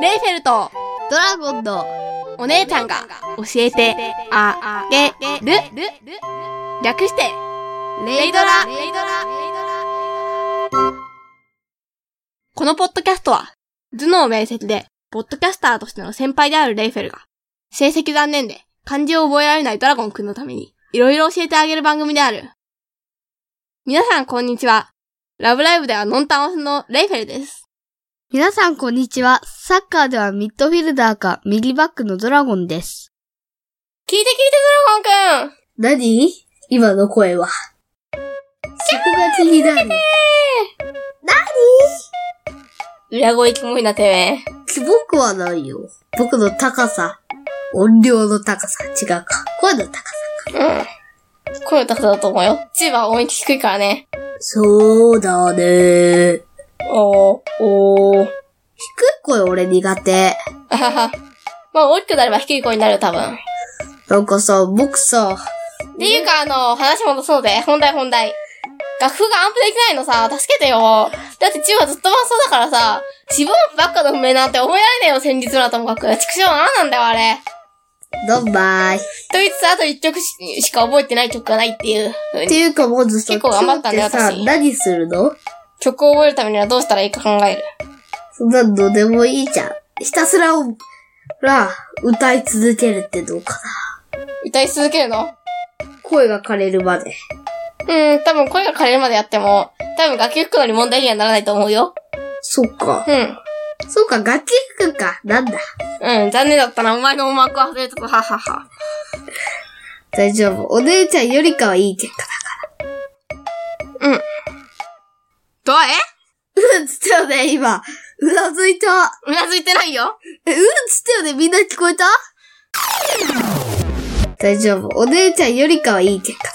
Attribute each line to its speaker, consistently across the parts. Speaker 1: レイフェルト、
Speaker 2: ドラゴンの
Speaker 1: お姉ちゃんが教えてあげる。略して、
Speaker 2: レイドラレイドラ
Speaker 1: このポッドキャストは、頭脳面積で、ポッドキャスターとしての先輩であるレイフェルが、成績残念で漢字を覚えられないドラゴンくんのために、いろいろ教えてあげる番組である。皆さんこんにちは。ラブライブではノンタンオスのレイフェルです。
Speaker 2: 皆さんこんにちは。サッカーではミッドフィルダーか右バックのドラゴンです。
Speaker 1: 聞いて聞いてドラゴンくん
Speaker 2: 何今の声は。そこが気になる。
Speaker 1: 裏声キモいなてめえ。
Speaker 2: キモくはないよ。僕の高さ。音量の高さ。違うか。声の高さ。
Speaker 1: うん。声高さだと思うよ。千葉音域低いからね。
Speaker 2: そうだね。
Speaker 1: おー、おー。
Speaker 2: 低い声俺苦手。
Speaker 1: あはは。 まあ大きくなれば低い声になるよ、多分。
Speaker 2: なんかさ、僕さ、
Speaker 1: っていうか、あの、話戻そうぜ。本題本題。楽譜がアンプできないのさ、助けてよ。だって中はずっと伴奏だからさ、四分音符ばっかの譜面なんて覚えられねえよ、先日のはともかく。畜生なんなんだよ、あれ。
Speaker 2: ドンバイ。っ
Speaker 1: と言いつつ、あと一曲ししか覚えてない曲がないっていう風
Speaker 2: て
Speaker 1: に。
Speaker 2: いうか、まずさ、
Speaker 1: 結構頑張ったんだよ
Speaker 2: 今日って
Speaker 1: 私
Speaker 2: さ、何するの
Speaker 1: 曲を覚えるためにはどうしたらいいか考える。
Speaker 2: そんなのどうでもいいじゃん。ひたすら、ほら、歌い続けるってどうかな。
Speaker 1: 歌い続けるの
Speaker 2: 声が枯れるまで。
Speaker 1: うん、多分声が枯れるまでやっても、多分楽器吹くのに問題にはならないと思うよ。
Speaker 2: そっか。
Speaker 1: うん。
Speaker 2: そっか、楽器弾くか。なんだ。
Speaker 1: うん、残念だったな。お前の音幕は外れたとははは。
Speaker 2: 大丈夫。お姉ちゃんよりかはいい結果だ。
Speaker 1: どうえ
Speaker 2: うん、つったよね、今。うなずいた。
Speaker 1: うなずいてないよ。
Speaker 2: え、うん、つったよね、みんな聞こえた大丈夫。お姉ちゃんよりかはいい結果だ。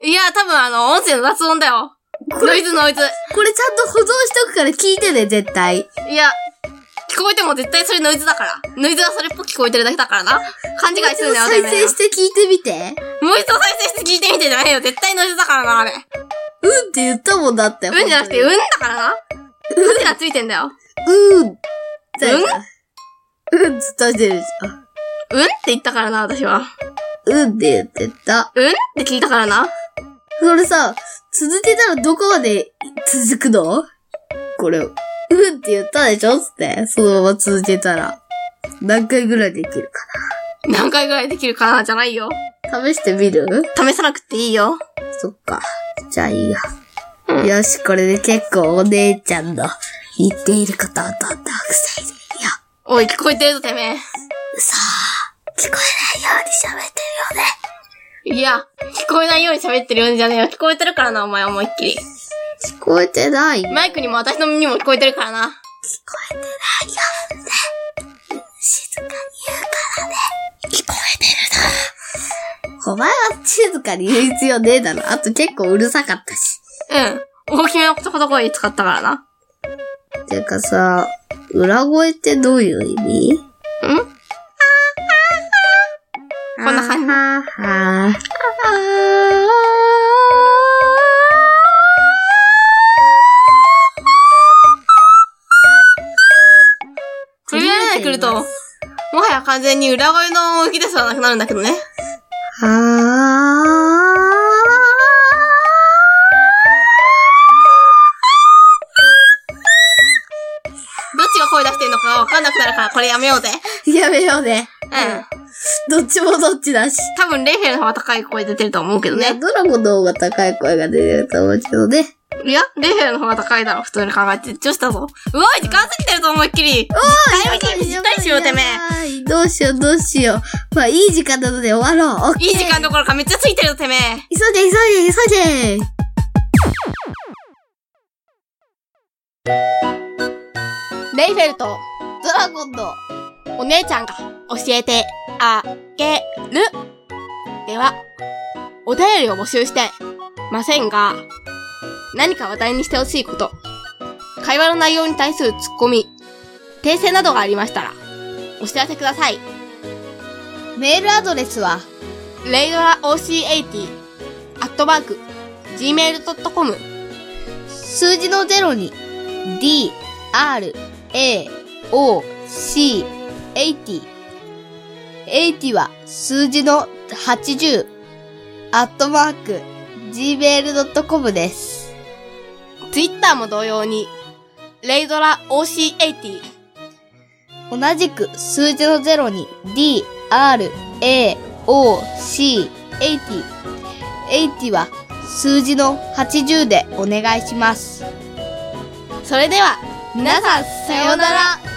Speaker 1: いや、多分あの、音声の雑音だよ。ノイズノイズ。
Speaker 2: これちゃんと保存しとくから聞いてね、絶対。
Speaker 1: いや、聞こえても絶対それノイズだから。ノイズはそれっぽく聞こえてるだけだからな。勘違いするなよ、て
Speaker 2: 再
Speaker 1: めえ
Speaker 2: 生して聞いてみて。
Speaker 1: もう一度再生して聞いてみてじゃないよ。絶対ノイズだからな、あれ。
Speaker 2: うんって言ったもんだって。
Speaker 1: うんじゃなくて、うんだからな。うんがついてんだよ。
Speaker 2: うん。だよなうんつったしてるじ
Speaker 1: うんって言ったからな、私は。
Speaker 2: ゃん。うんって言ってた。
Speaker 1: うんって聞いたからな。
Speaker 2: それさ、続けたらどこまで続くのこれ、うんって言ったでしょつって。そのまま続けたら。何回ぐらいできる
Speaker 1: 何回ぐらいできるかな、じゃないよ。
Speaker 2: かな試してみる
Speaker 1: 試さなくていいよ。
Speaker 2: そっか。じゃあいいや。
Speaker 1: うん
Speaker 2: よし、これで結構お姉ちゃんの言っていることをどんどん防いでいや、
Speaker 1: おい、聞こえてるぞ、てめえ。
Speaker 2: 嘘。聞こえないように喋ってるよね。
Speaker 1: いや、聞こえないように喋ってるんじゃねえよ。聞こえてるからな、お前思いっきり。
Speaker 2: 聞こえてない
Speaker 1: マイクにも私の耳にも聞こえてるからな。
Speaker 2: 聞こえてないよね。静かに言うからね。聞こえてるな。お前は静かに言う必要ねえだろ。あと結構うるさかったし。
Speaker 1: うん。大きめのとことこに使ったからな。
Speaker 2: てかさ、裏声ってどういう意味ん
Speaker 1: こんな感じ
Speaker 2: はは
Speaker 1: とりあえず来ると、もはや完全に裏声の動きですらなくなるんだけどね。
Speaker 2: はは
Speaker 1: どっちが声出してるのかわかんなくなるから、これやめようぜ。
Speaker 2: やめようね。
Speaker 1: うん。
Speaker 2: どっちもどっちだし。
Speaker 1: 多分、レイフェルの方が高い声出てると思うけど
Speaker 2: いや、
Speaker 1: ね。
Speaker 2: ドラゴンの方が高い声が出てると思うけどね。
Speaker 1: いや、レイフェルの方が高いだろ、普通に考えて。女子だぞ。うわい、時間過ぎてると思いっきり。おい、タイムキープしっかりしよう、てめえ。
Speaker 2: え。どうしよう、どうしよう。まあ、いい時間なので終わろう。
Speaker 1: いい時間どころかめっちゃついてるぞ、てめえ。
Speaker 2: 急いで、急いで、急いで。
Speaker 1: レイフェルと、ドラゴンの、お姉ちゃんが、教えて、あ、げ、る。では、お便りを募集して、ませんが、何か話題にしてほしいこと、会話の内容に対するツッコミ、訂正などがありましたら、お知らせください。
Speaker 2: メールアドレスは、
Speaker 1: レイドラ OC80、アットマーク、gmail.com、
Speaker 2: 数字の0に D, R, A, O, C, 80。80は数字の80。アットマーク gmail.com です。
Speaker 1: ツイッターも同様に、レイドラ OC80、
Speaker 2: 同じく数字の0に D, R, A, O, C, 80。80は数字の80でお願いします。
Speaker 1: それでは、皆さん、さようなら